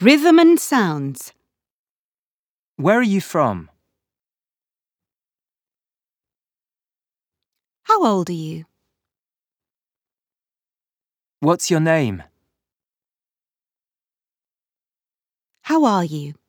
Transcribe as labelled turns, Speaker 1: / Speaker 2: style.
Speaker 1: Rhythm and sounds.
Speaker 2: Where are you from?
Speaker 1: How old are you?
Speaker 2: What's your name?
Speaker 1: How are you?